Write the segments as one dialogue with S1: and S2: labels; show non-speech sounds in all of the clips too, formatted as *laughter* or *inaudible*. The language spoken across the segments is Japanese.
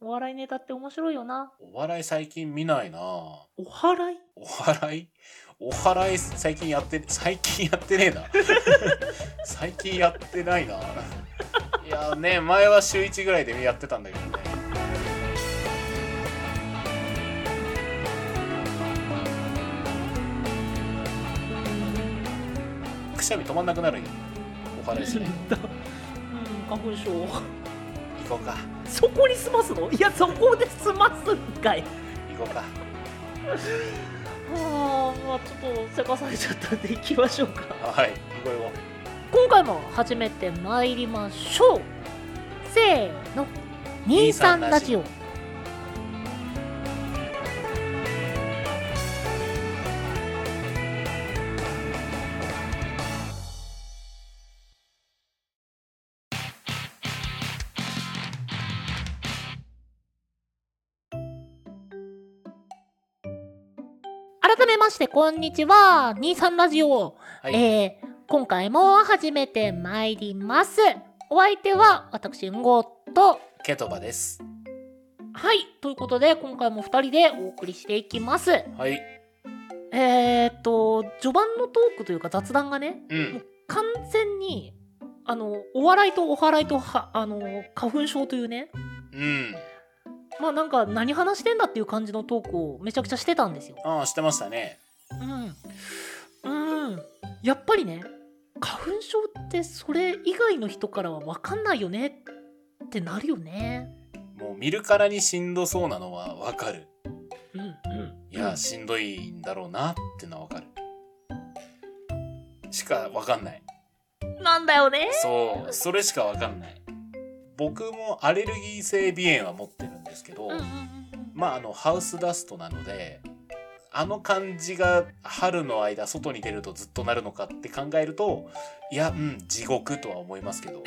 S1: お笑いネタって面白いよな。
S2: お笑い最近見ないなぁ
S1: お祓い
S2: お笑いお笑い最近やって最近やってねえな最近やってないないやね前は週1ぐらいでやってたんだけどねくしゃみ止まんなくなるよお
S1: う
S2: 笑いする行
S1: ん、花粉症。
S2: こうか
S1: そこに済ますのいや、そこで済ますんかい。
S2: 行こうか
S1: ああ、まあちょっとせかされちゃったんで行きましょうか。
S2: はい行こうよ
S1: 今回も始めてまいりましょう。せーの。23ラジオ。改めまして、こんにちは。23ラジオ。
S2: はい、
S1: えー今回も始めてまいります。お相手は私、んごと。
S2: ケトバです
S1: はい。ということで、今回も2人でお送りしていきます。
S2: はい
S1: えーっと、序盤のトークというか雑談がね、
S2: うん
S1: 完全に、あの、お笑いとお祓いとは、あの、花粉症というね、
S2: うん
S1: まあなんか何話してんだっていう感じのトークをめちゃくちゃしてたんですよ。
S2: ああしてましたね
S1: うん。うん。やっぱりね、花粉症ってそれ以外の人からは分かんないよねってなるよね。
S2: もう見るからにしんどそうなのはわかる。
S1: うんうん。
S2: いや、しんどいんだろうなってのはわかる。しかわかんない。
S1: なんだよね。
S2: そう、それしかわかんない。僕もアレルギー性鼻炎は持ってるんですけど
S1: うん、うん
S2: まああのハウスダストなので、あの感じが春の間外に出るとずっとなるのかって考えると、いや、うん、地獄とは思いますけ
S1: *laughs*
S2: ど、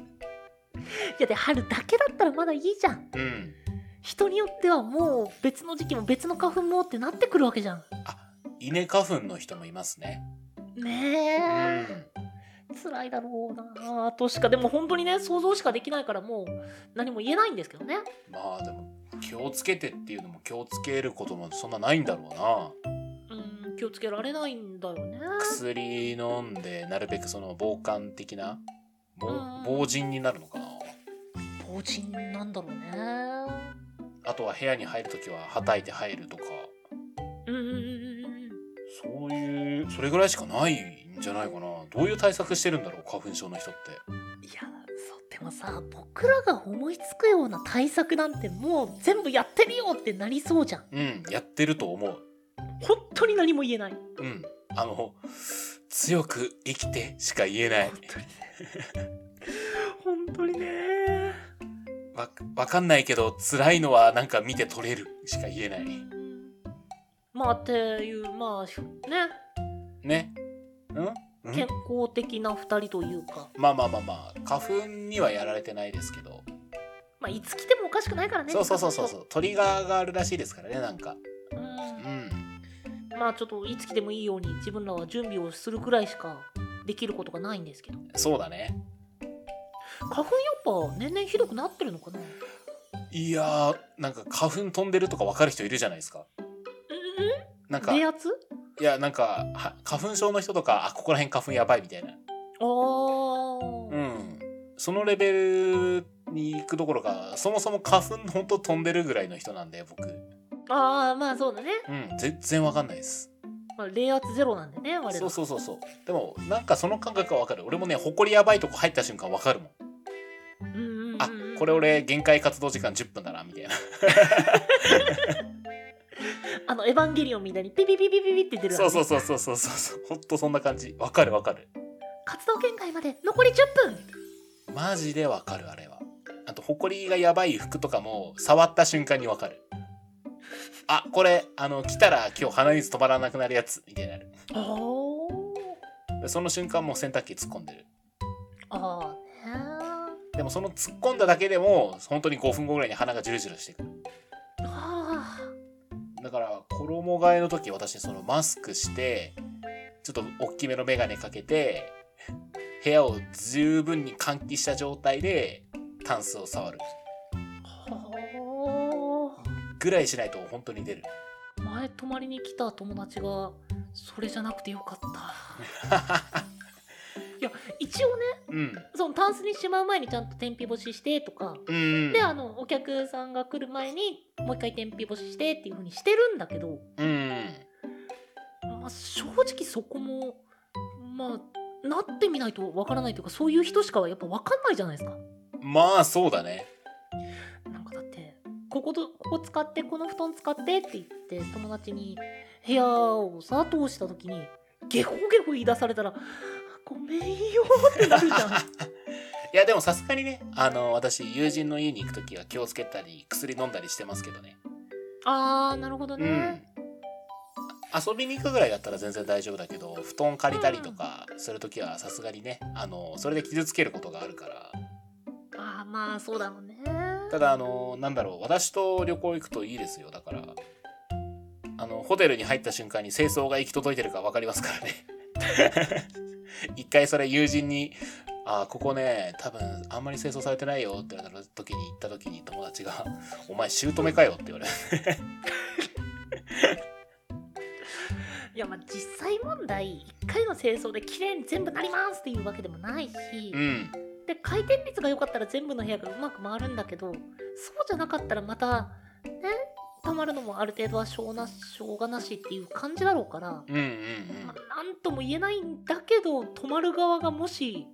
S1: いやで春だけだったらまだいいじゃん。
S2: うん。
S1: 人によってはもう別の時期も別の花粉もってなってくるわけじゃん。
S2: 稲花粉の人もいますね。う
S1: ねえ、
S2: ん。
S1: 辛いだろうなあとしかでも本当にね想像しかできないからもう何も言えないんですけどね。
S2: まあでも気をつけてっていうのも気をつけることもそんなないんだろうな
S1: うん気をつけられないんだよね。
S2: 薬飲んでなるべくその防寒的なぼ
S1: うん
S2: 防塵になるのかな
S1: 防塵なんだろうね
S2: あとは部屋に入るときははたいて入るとか
S1: うんうんうんうんうん
S2: そういうそれぐらいしかないんじゃないかなどういう対策してるんだろう花粉症の人って
S1: いやそうでもさ僕らが思いつくような対策なんてもう全部やってるよってなりそうじゃん
S2: うんやってると思う
S1: 本当に何も言えない
S2: うんあの強く生きてしか言えない
S1: 本当にね
S2: わわかんないけど辛いのはなんか見て取れるしか言えな
S1: 本当に
S2: い
S1: ねまあっていうまあね
S2: ねうんうん
S1: 健康的な2人というか、
S2: まあまあまあまあ花粉にはやられてないですけど、
S1: まあいつ来てもおかしくないからね
S2: そうそうそうそうそ
S1: そう
S2: トリガーがあるらしいですからねなんか
S1: う
S2: うんん
S1: まあちょっといつ来てもいいように自分らは準備をするくらいしかできることがないんですけど
S2: そうだね
S1: 花粉やっぱ年々ひどくなってるのかない
S2: やーなんか花粉飛んでるとかわかる人いるじゃないですか
S1: う
S2: なんか
S1: ん、
S2: い
S1: 冷圧
S2: やなんかは花粉症の人とかあここら辺花粉やばいみたいな
S1: あー、
S2: うんそのレベルに行くどころかそもそも花粉ほんと飛んでるぐらいの人なんで僕
S1: あーまあそうだね、
S2: うん全然わかんないです
S1: まあ、冷圧ゼロなんでね我々
S2: そうそうそうそうでもなんかその感覚はわかる俺もねほこりやばいとこ入った瞬間わかるも
S1: うん
S2: ん
S1: うんうん
S2: あこれ俺限界活動時間10分だなみたいな
S1: あのエヴァンゲリオンみたいにピピピピピピって出る
S2: そうそう
S1: う
S2: そうそうそうそうそうほんとそんな感じわかるわかる
S1: 活動限界まで残り10分
S2: マジでわかるあれはあと埃がやばい服とかも触った瞬間にわかるあこれあの着たら今日鼻水止まらなくなるやつみたいになる
S1: あー
S2: でその瞬間もう洗濯機突っ込んでる
S1: あーね
S2: でもその突っ込んだだけでも本当に5分後ぐらいに鼻がジュルジュルしてくる
S1: ーあ
S2: だから衣替えの時私そのマスクしてちょっと大きめの眼鏡かけて部屋を十分に換気した状態でタンスを触る
S1: ーは
S2: ぐらいしないと本当に出る。
S1: 前泊まりに来た友達がそれじゃなくてよかったいや一応ね
S2: *laughs* うん。
S1: そのタンスにしまう前にちゃんと天日干ししてとか
S2: うん。
S1: であのお客さんが来る前にもう一回天日干ししてっていう風にしてるんだけど、
S2: うん。
S1: まあ、正直そこもまあなってみないとわからないというかそういう人しかやっぱわかんないじゃないですか。
S2: まあ、そうだね。
S1: なんかだってこことここ使ってこの布団使ってって言って友達に部屋をさ通した時にゲホゲホ言い出されたら「ごめんよ」ってなるじゃ
S2: *laughs*
S1: ん。
S2: いや、でもさすがにね、あの、私、友人の家に行くときは気をつけたり、薬飲んだりしてますけどね。
S1: あーなるほど
S2: う
S1: ね
S2: ん。。遊びに行くぐらいだったら全然大丈夫だけど、布団借りたりとかするときはさすがにね、あの、それで傷つけることがあるから。
S1: あーまあそうだろうね。
S2: ただ、あの、なんだろう、私と旅行行くといいですよ、だから。あの、ホテルに入った瞬間に清掃が行き届いてるかわかりますからね。一回それ友人に、あーここね、多分あんまり清掃されてないよって言われた時に行った時に友達が、お前姑かよって言われる。
S1: いやまあ実際問題1回の清掃で綺麗に全部なりますっていうわけでもないし、
S2: うん。
S1: で回転率が良かったら全部の部屋がうまく回るんだけどそうじゃなかったらまたね溜まるのもある程度はしょうなしょうがなしっていう感じだろうから、
S2: うんうんうん。
S1: まあなんとも言えないんだけど泊まる側がもし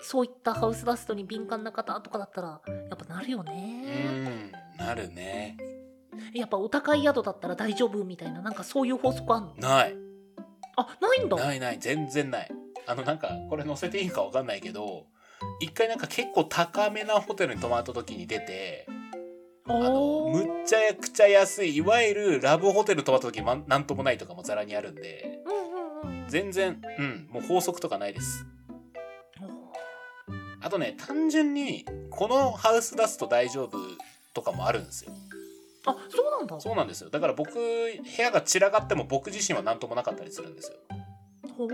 S1: そういったハウスダストに敏感な方とかだったらやっぱなるよ
S2: う
S1: ね、
S2: ん。なるね。
S1: やっぱお高い宿だったら大丈夫みたいななんかそういう法則あんの
S2: ない。
S1: あないんだ
S2: ないない全然ないあのなんかこれ載せていいかわかんないけど一回なんか結構高めなホテルに泊まった時に出て
S1: あ
S2: あのむっち
S1: ゃ
S2: ゃくちゃ安いいわゆるラブホテル泊まった時まなんともないとかもざらにあるんで
S1: うんうんうん
S2: 全然うんもう法則とかないです
S1: お
S2: あとね単純にこのハウス出すと大丈夫とかもあるんですよ
S1: あそうなんだ
S2: そうなんですよだから僕部屋が散らかっても僕自身は何ともなかったりするんですよ
S1: ほー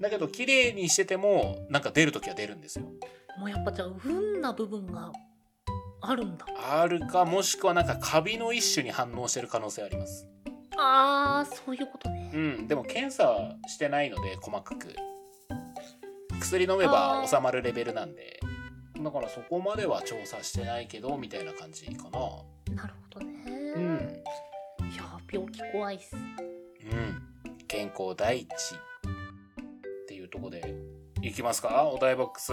S2: だけど綺麗にしててもなんか出る時は出るんですよ
S1: もうやっぱじゃあ運な部分があるんだ
S2: あるかもしくはなんかカビの一種に反応してる可能性あります
S1: あーそういうことね
S2: うんでも検査はしてないので細かく薬飲めば
S1: あー
S2: 収まるレベルなんでだからそこまでは調査してないけどみたいな感じかな
S1: なるほどね、
S2: うん
S1: いやー病気怖いっす
S2: うん健康第一っていうとこでいきますかお題ボックス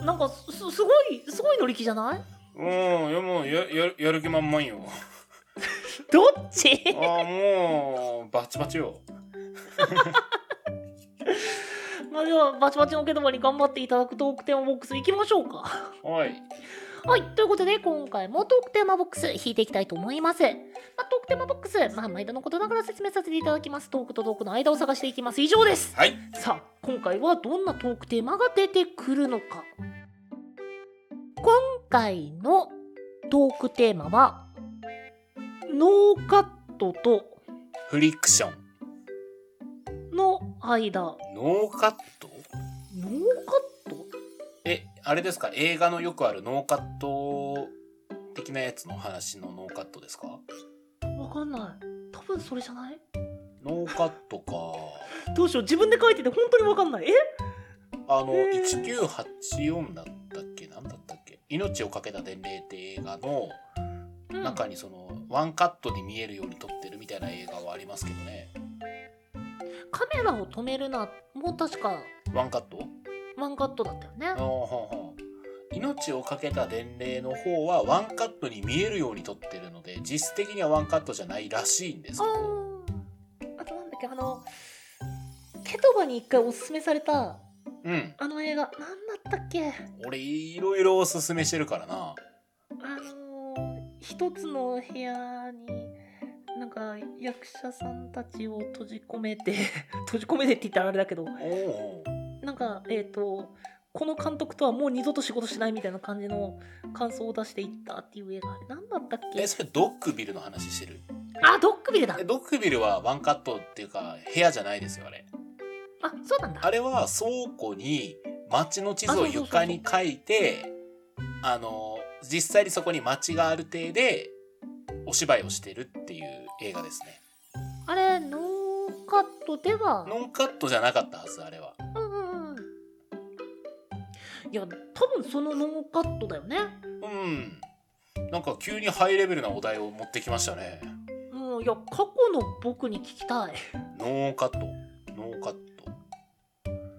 S1: なんかすすごいすごい乗り気じゃない
S2: うんいやもうやややる気満々よ
S1: どっち
S2: ああもうバチバチよ
S1: *laughs* まあではバチバチのおけどまに頑張っていただくトークテーマボックスいきましょうか
S2: はい
S1: はいということで今回もトークテーマボックス引いていきたいと思います、まあ、トークテーマボックス、まあ、毎度のことながら説明させていただきますトークとトークの間を探していきます以上です
S2: はい
S1: さあ今回はどんなトークテーマが出てくるのか今回のトークテーマはノーカットと
S2: フリクション
S1: の間
S2: ノーカット
S1: ノーカット
S2: え、あれですか映画のよくあるノーカット的なやつの話のノーカットですか
S1: わかんない多分それじゃない
S2: ノーカットか。
S1: どうしよう自分で書いてて本当にわかんないえ
S2: あの、
S1: へ
S2: 1984だったっけなんだったっけ命を懸けた伝令って映画の中にその、ワンカットに見えるように撮ってるみたいな映画はありますけどね。
S1: カメラを止めるなもう確か
S2: ワンカット
S1: ワンカットだったよ
S2: あー
S1: ね
S2: ほんほん命を懸けた伝令の方はワンカットに見えるように撮ってるので、実質的にはワンカットじゃないらしいんです
S1: あ
S2: けど。
S1: ーあとなんだっけあのケトバに一回おすすめされた
S2: うん。
S1: あの映画何だったっけ
S2: 俺いろいろおすすめしてるからな
S1: あのー一つの部屋になんか役者さんたちを閉じ込めて *laughs* 閉じ込めてって言ったらあれだけど
S2: おお
S1: なんかえっ、とこの監督とはもう二度と仕事しないみたいな感じの感想を出していったっていう映画あれ何だったっけ
S2: えそれドックビルの話してる
S1: あドックビルだ
S2: えドックビルはワンカットっていうか部屋じゃないですよあれ
S1: あそうなんだ
S2: あれは倉庫に街の地図を床に書いてあの実際にそこに町がある程でお芝居をしてるっていう映画ですね
S1: あれノーカットでは
S2: ノンカットじゃなかったはずあれは
S1: うんうんうんいや多分そのノーカットだよね
S2: うんなんか急にハイレベルなお題を持ってきましたね
S1: もうんいや過去の僕に聞きたい
S2: ノーカットノーカット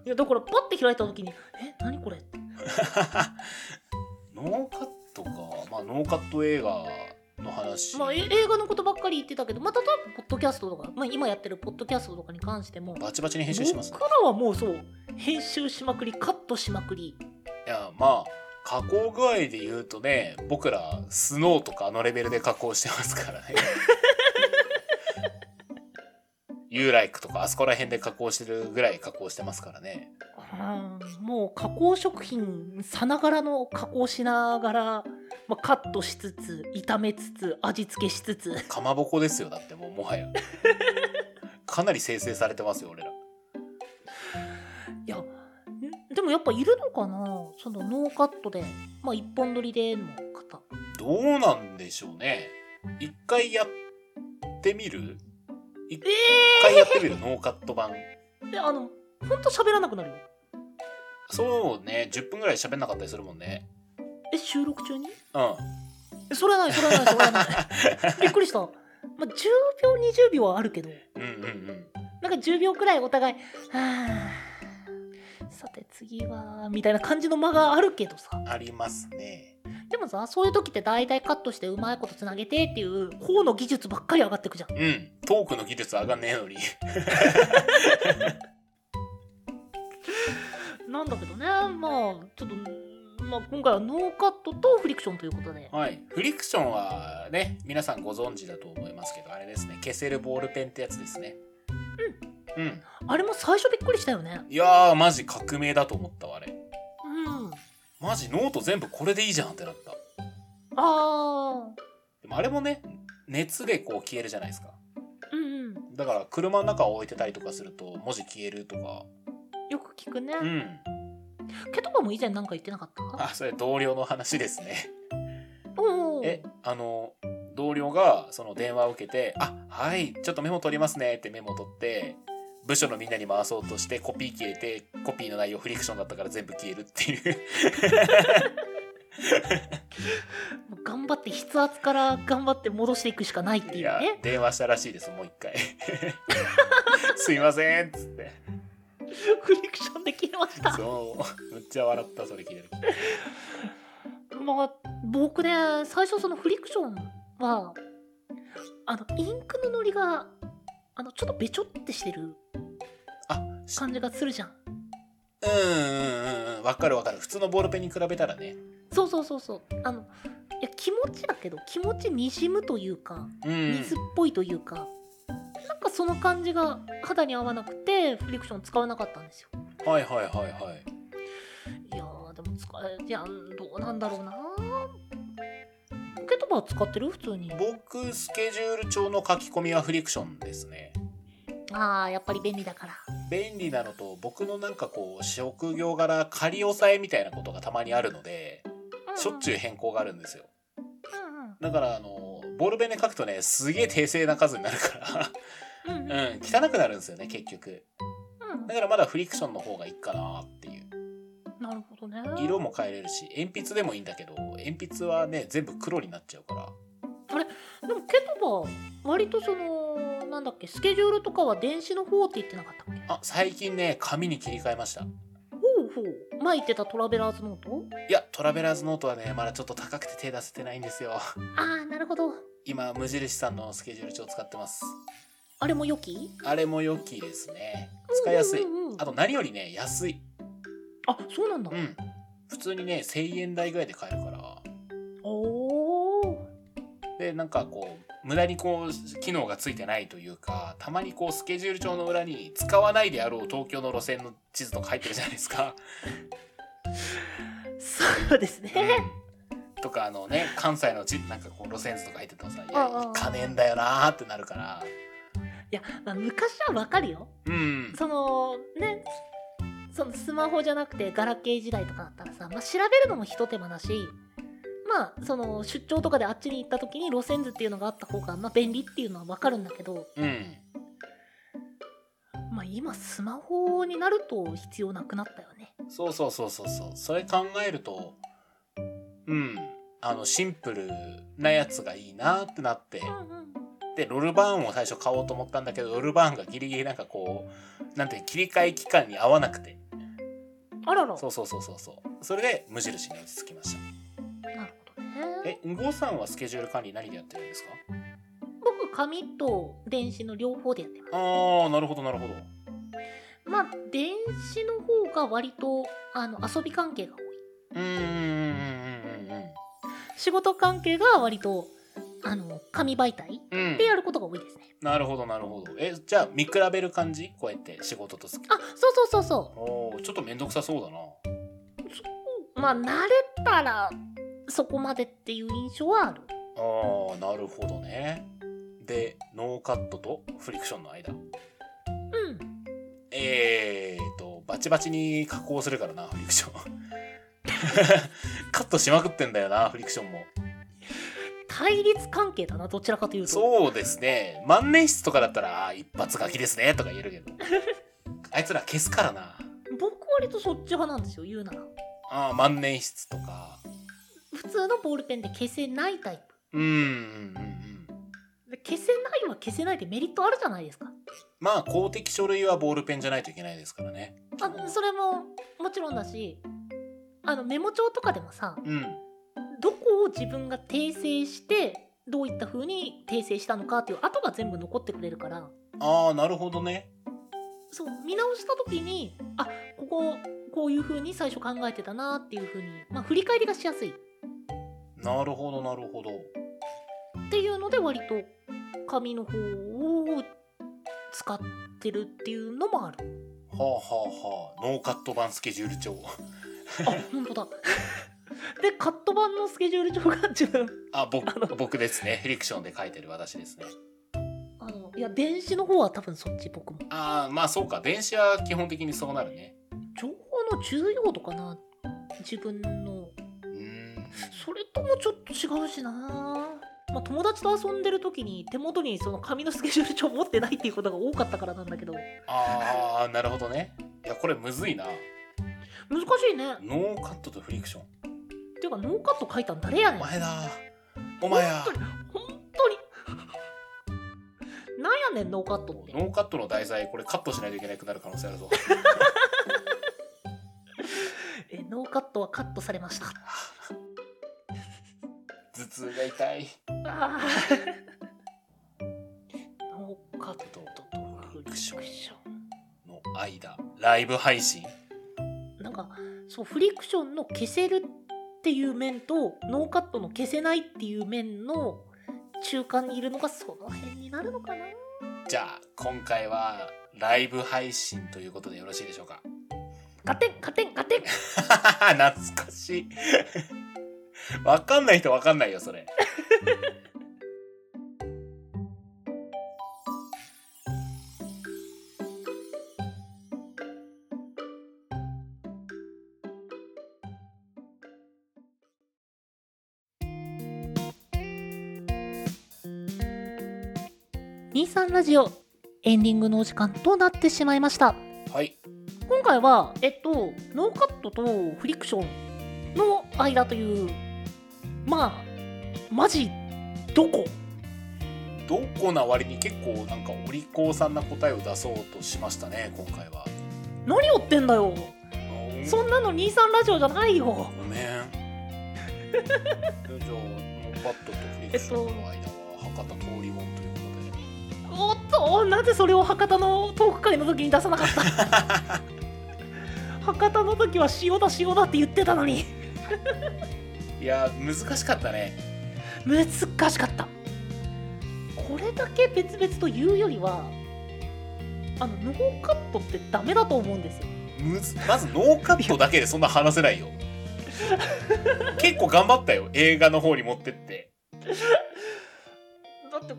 S1: いやだからパッて開いた時に「え何これ?」って
S2: ノーカットか、まあ、ノーカット映画の話、
S1: まあえ映画のことばっかり言ってたけどまあ例えばポッドキャストとか、まあ、今やってるポッドキャストとかに関しても
S2: バチバチに編集しますね
S1: 僕らはもうそう編集しまくりカットしまくり
S2: いやまあ加工具合で言うとね僕らスノーとかあのレベルで加工してますからねユーライクとかあそこら辺で加工してるぐらい加工してますからね
S1: あーもう加工食品さながらの加工しながら、まあ、カットしつつ炒めつつ味付けしつつ
S2: かまぼこですよだってもうもはやかなり生成されてますよ俺ら
S1: いやんでもやっぱいるのかなそのノーカットで、まあ、一本撮りでの方
S2: どうなんでしょうね一回やってみる一回やってみる、ノーカット版
S1: であのほんと喋らなくなるよ
S2: そうね10分ぐらい喋んなかったりするもんね
S1: え収録中に
S2: うん
S1: えそれはないそれはないそれはない *laughs* びっくりした、まあ、10秒20秒はあるけど
S2: うんうんうん
S1: なんか10秒くらいお互い「はあさて次は」みたいな感じの間があるけどさ
S2: ありますね
S1: でもさそういう時って大体カットしてうまいことつなげてっていう方の技術ばっかり上がってくじゃん
S2: うんトークの技術上がんねえのに
S1: なんだけどねまあちょっと、まあ、今回はノーカットとフリクションということで
S2: はいフリクションはね皆さんご存知だと思いますけどあれですね消せるボールペンってやつですねうんうん
S1: あれも最初びっくりしたよね
S2: いやーマジ革命だと思ったわあれ
S1: うん
S2: マジノート全部これでいいじゃんってなった
S1: あー
S2: でもあれもね熱でこう消えるじゃないですか
S1: うんうん
S2: だから車の中を置いてたりとかすると文字消えるとか
S1: よく聞くね、
S2: うん
S1: ケトバも以前なんか言ってなかった
S2: あそれ同僚の話ですね
S1: おお
S2: えあの同僚がその電話を受けて「あはいちょっとメモ取りますね」ってメモ取って部署のみんなに回そうとしてコピー消えてコピーの内容フリクションだったから全部消えるっていう
S1: 頑張って筆圧から頑張って戻していくしかないって
S2: い
S1: いう
S2: や
S1: ね
S2: 電話したらしいですもう一回「すいません」っつって
S1: フリクションで消えました
S2: そうむっちゃ笑ったそれ聞いてる
S1: まあ僕ね最初そのフリクションはあのインクののりがあのちょっとべちょってしてる
S2: あ
S1: 感じがするじゃん
S2: うんうんうんうんわかるわかる普通のボールペンに比べたらね
S1: そうそうそうそうあのいや気持ちだけど気持ちにじむというか
S2: うん
S1: 水っぽいというか、なんかその感じが肌に合わなくてフリクション使わなかったんですよ
S2: はいはいはいはい
S1: いやーでも使えいやどうなんだろうなケトバは使ってる普通に
S2: 僕スケジュール帳の書き込みはフリクションですね
S1: ああやっぱり便利だから
S2: 便利なのと僕のなんかこう職業柄仮押さえみたいなことがたまにあるのでしょっちゅう変更があるんですよ
S1: う
S2: だからあのボールペンで書くとねすげえ訂正な数になるか
S1: んうんうんうん
S2: ら *laughs* うん汚くなるんですよね結局
S1: うん
S2: だからまだフリクションの方がいいかなっていう
S1: なるほどね
S2: 色も変えれるし鉛筆でもいいんだけど鉛筆はね全部黒になっちゃうから
S1: でもケトバ割とそのなんだっけスケジュールとかは電子の方って言ってなかったっけ
S2: あ最近ね紙に切り替えました
S1: ほうほう前言ってたトラベラーズノート
S2: いやトラベラーズノートはねまだちょっと高くて手出せてないんですよ
S1: ああなるほど
S2: 今無印さんのスケジュール帳使ってます
S1: あれも良き
S2: あれも良きですね。使いやすい
S1: うん。うんうん
S2: あと何よりね、安い。
S1: あそうなんだ、
S2: うん。普通にね、1000円台ぐらいで買えるから。
S1: おお
S2: で、なんかこう、無駄にこう、機能がついてないというか、たまにこう、スケジュール帳の裏に使わないであろう東京の路線の地図とか入ってるじゃないですか。
S1: そうです
S2: う
S1: ね
S2: んとか、あのね、関西の地、なんかこう、路線図とか入っててもさ、いや、
S1: うんうんうん
S2: 行かねえんだよなーってなるから。
S1: いや、まあ、昔はわかるよ
S2: うん。
S1: そのねそのスマホじゃなくてガラケー時代とかだったらさ、まあ、調べるのも一手間だしまあその出張とかであっちに行った時に路線図っていうのがあった方がまあ便利っていうのは分かるんだけど、
S2: うん
S1: まあ、今スマホになると必要なくなったよね。
S2: そうそうそうそうそうそれ考えるとうんあのシンプルなやつがいいなってなってでロルバーンを最初買おうと思ったんだけどロルバーンがギリギリなんかこうなんていう切り替え期間に合わなくて
S1: あらら
S2: そうそうそうそうそうそれで無印に落ち着きました
S1: なるほどね。
S2: えんごさんはスケジュール管理何でやってるんですか
S1: 僕紙と電子の両方でやってます。
S2: あーなるほどなるほど
S1: まあ電子の方が割とあの遊び関係が多い。
S2: うーんうんうん
S1: 仕事関係が割とあの紙媒体
S2: うんうんうん
S1: でやることが多いですね。
S2: なるほどなるほどえじゃあ見比べる感じこうやって仕事と好き
S1: あそうそうそうそ
S2: おーちょっと面倒くさそうだな
S1: う。まあ慣れたらそこまでっていう印象はある。
S2: ああなるほどねでノーカットとフリクションの間
S1: うん。
S2: えーとバチバチに加工するからなフリクション *laughs* カットしまくってんだよなフリクションも
S1: 対立関係だなどちらかというと。
S2: そうですね万年筆とかだったらあー一発書きですねとか言えるけど *laughs* あいつら消すからな
S1: 僕割とそっち派なんですよ言うなら。
S2: あー万年筆とか
S1: 普通のボールペンで消せないタイ
S2: うんうんうんうん
S1: プで消せないは消せないでメリットあるじゃないですか
S2: まあ公的書類はボールペンじゃないといけないですからね
S1: あそれももちろんだしあのメモ帳とかでもさ
S2: うん
S1: どこを自分が訂正してどういった風に訂正したのかっていう跡が全部残ってくれるから
S2: ああなるほどね
S1: そう見直した時にあこここういう風に最初考えてたなっていう風にまあ振り返りがしやすいっ
S2: なるほどなるほど
S1: ていうので割と紙の方を使ってるっていうのもある
S2: はあはあはあノーカット版スケジュール帳
S1: あ本当だでカット版のスケジュール帳が自分
S2: あ
S1: あの
S2: 僕僕ですねフリクションで書いてる私ですね
S1: あのいや電子の方は多分そっち僕も
S2: ああまあそうか電子は基本的にそうなるね
S1: 情報の重要度かな自分の
S2: うーん
S1: それともちょっと違うしな、まあ、友達と遊んでる時に手元にその紙のスケジュール帳持ってないっていうことが多かったからなんだけど
S2: ああなるほどねいやこれむずいな
S1: 難しいね
S2: ノーカットとフリクション
S1: ていうかノーカット書いたん誰やねん
S2: お前だお前や
S1: 本当に本当になんやねんノーカットって
S2: ノーカットの題材これカットしないといけなくなる可能性あるぞ
S1: えノーカットはカットされました
S2: 頭痛が痛い
S1: ああ。 *laughs* ノーカットとフリクショ
S2: の間ライブ配信
S1: ン。なんか、そう、フリクションの消せるっていう面と、ノーカットの消せないっていう面の中間にいるのがその辺になるのかな
S2: じゃあ今回はライブ配信ということでよろしいでしょうか
S1: ガテンガテンガテン
S2: *laughs* 懐かしいわかんない人わかんないよそれ
S1: 23ラジオ、エンディングのお時間となってしまいました。
S2: はい
S1: 今回は、えっと、ノーカットとフリクションの間という、まあ、マジ、どこ
S2: どこな割に結構なんかお利口さんな答えを出そうとしましたね今回は
S1: 何やってんだよ
S2: う
S1: そんなの23ラジオじゃないよ
S2: ごめん
S1: *laughs*
S2: じゃあノーパッドとフリクションの間は博多通りもんというこ
S1: お
S2: とで
S1: っとなぜそれを博多のトーク会の時に出さなかった *laughs* 博多の時は塩だ塩だって言ってたのに
S2: いやー難しかったね
S1: 難しかったこれだけ別々と言うよりはあのノーカットってダメだと思うんですよ
S2: むずまずノーカットだけでそんな話せな
S1: *laughs*
S2: いよ結構頑張ったよ映画の方に持ってって
S1: だって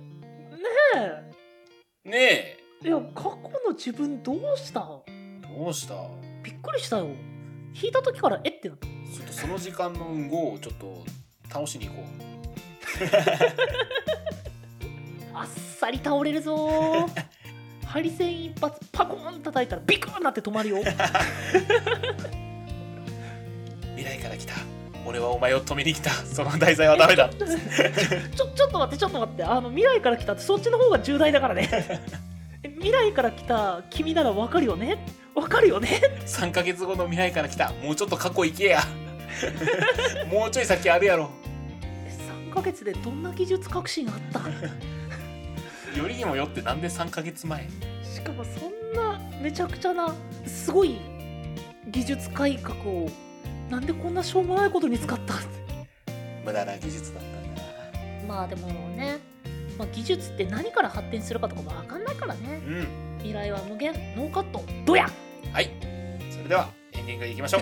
S1: ね
S2: ね
S1: えいや過去の自分どうした
S2: えどうした
S1: びっくりしたよ弾いた時からえってなった
S2: ちょっとその時間の運動をちょっと倒しに行こ
S1: あっさり倒れるぞ *laughs* ーハリセン一発パコーン叩いたらビクーンなって止まるよ
S2: う未来から来た俺はお前を止めに来た *laughs* その題材はダメ
S1: *laughs*
S2: だ
S1: ちょち *laughs* ょっと待ってちょっと待ってあの未来から来たってそっちの方が重大だからね未来から来た君ならわかるよねわかるよね
S2: 3ヶ月後の未来から来たもうちょっと過去行けや *laughs* もうちょい先あるやろ
S1: 3ヶ月でどんな技術革新あった
S2: よりにもよってなんで3ヶ月前
S1: しかもそんなめちゃくちゃなすごい技術改革をなんでこんなしょうもないことに使った
S2: 無駄な技術だったんだな
S1: まあでもね、まあ、技術って何から発展するかとかも分かんないからね
S2: うん
S1: 未来は無限ノーカットどや
S2: はいそれではエンディングいきましょう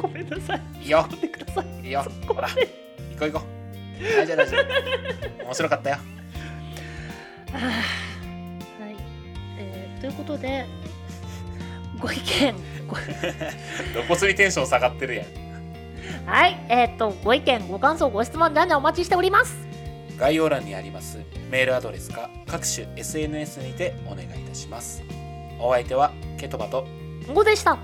S1: ごめんなさい
S2: いいよ
S1: 待ってください
S2: いいよ
S1: ご
S2: ほ
S1: めん
S2: ら行こう行こう大丈夫大丈夫面白かったよ
S1: はい、えーということでご意見ご *laughs*
S2: 露骨にテンション下がってるやん
S1: はいえっ、とご意見ご感想ご質問じゃんじゃんお待ちしております
S2: 概要欄にありますメールアドレスか各種 SNS にてお願いいたしますお相手はケトバと
S1: んごでした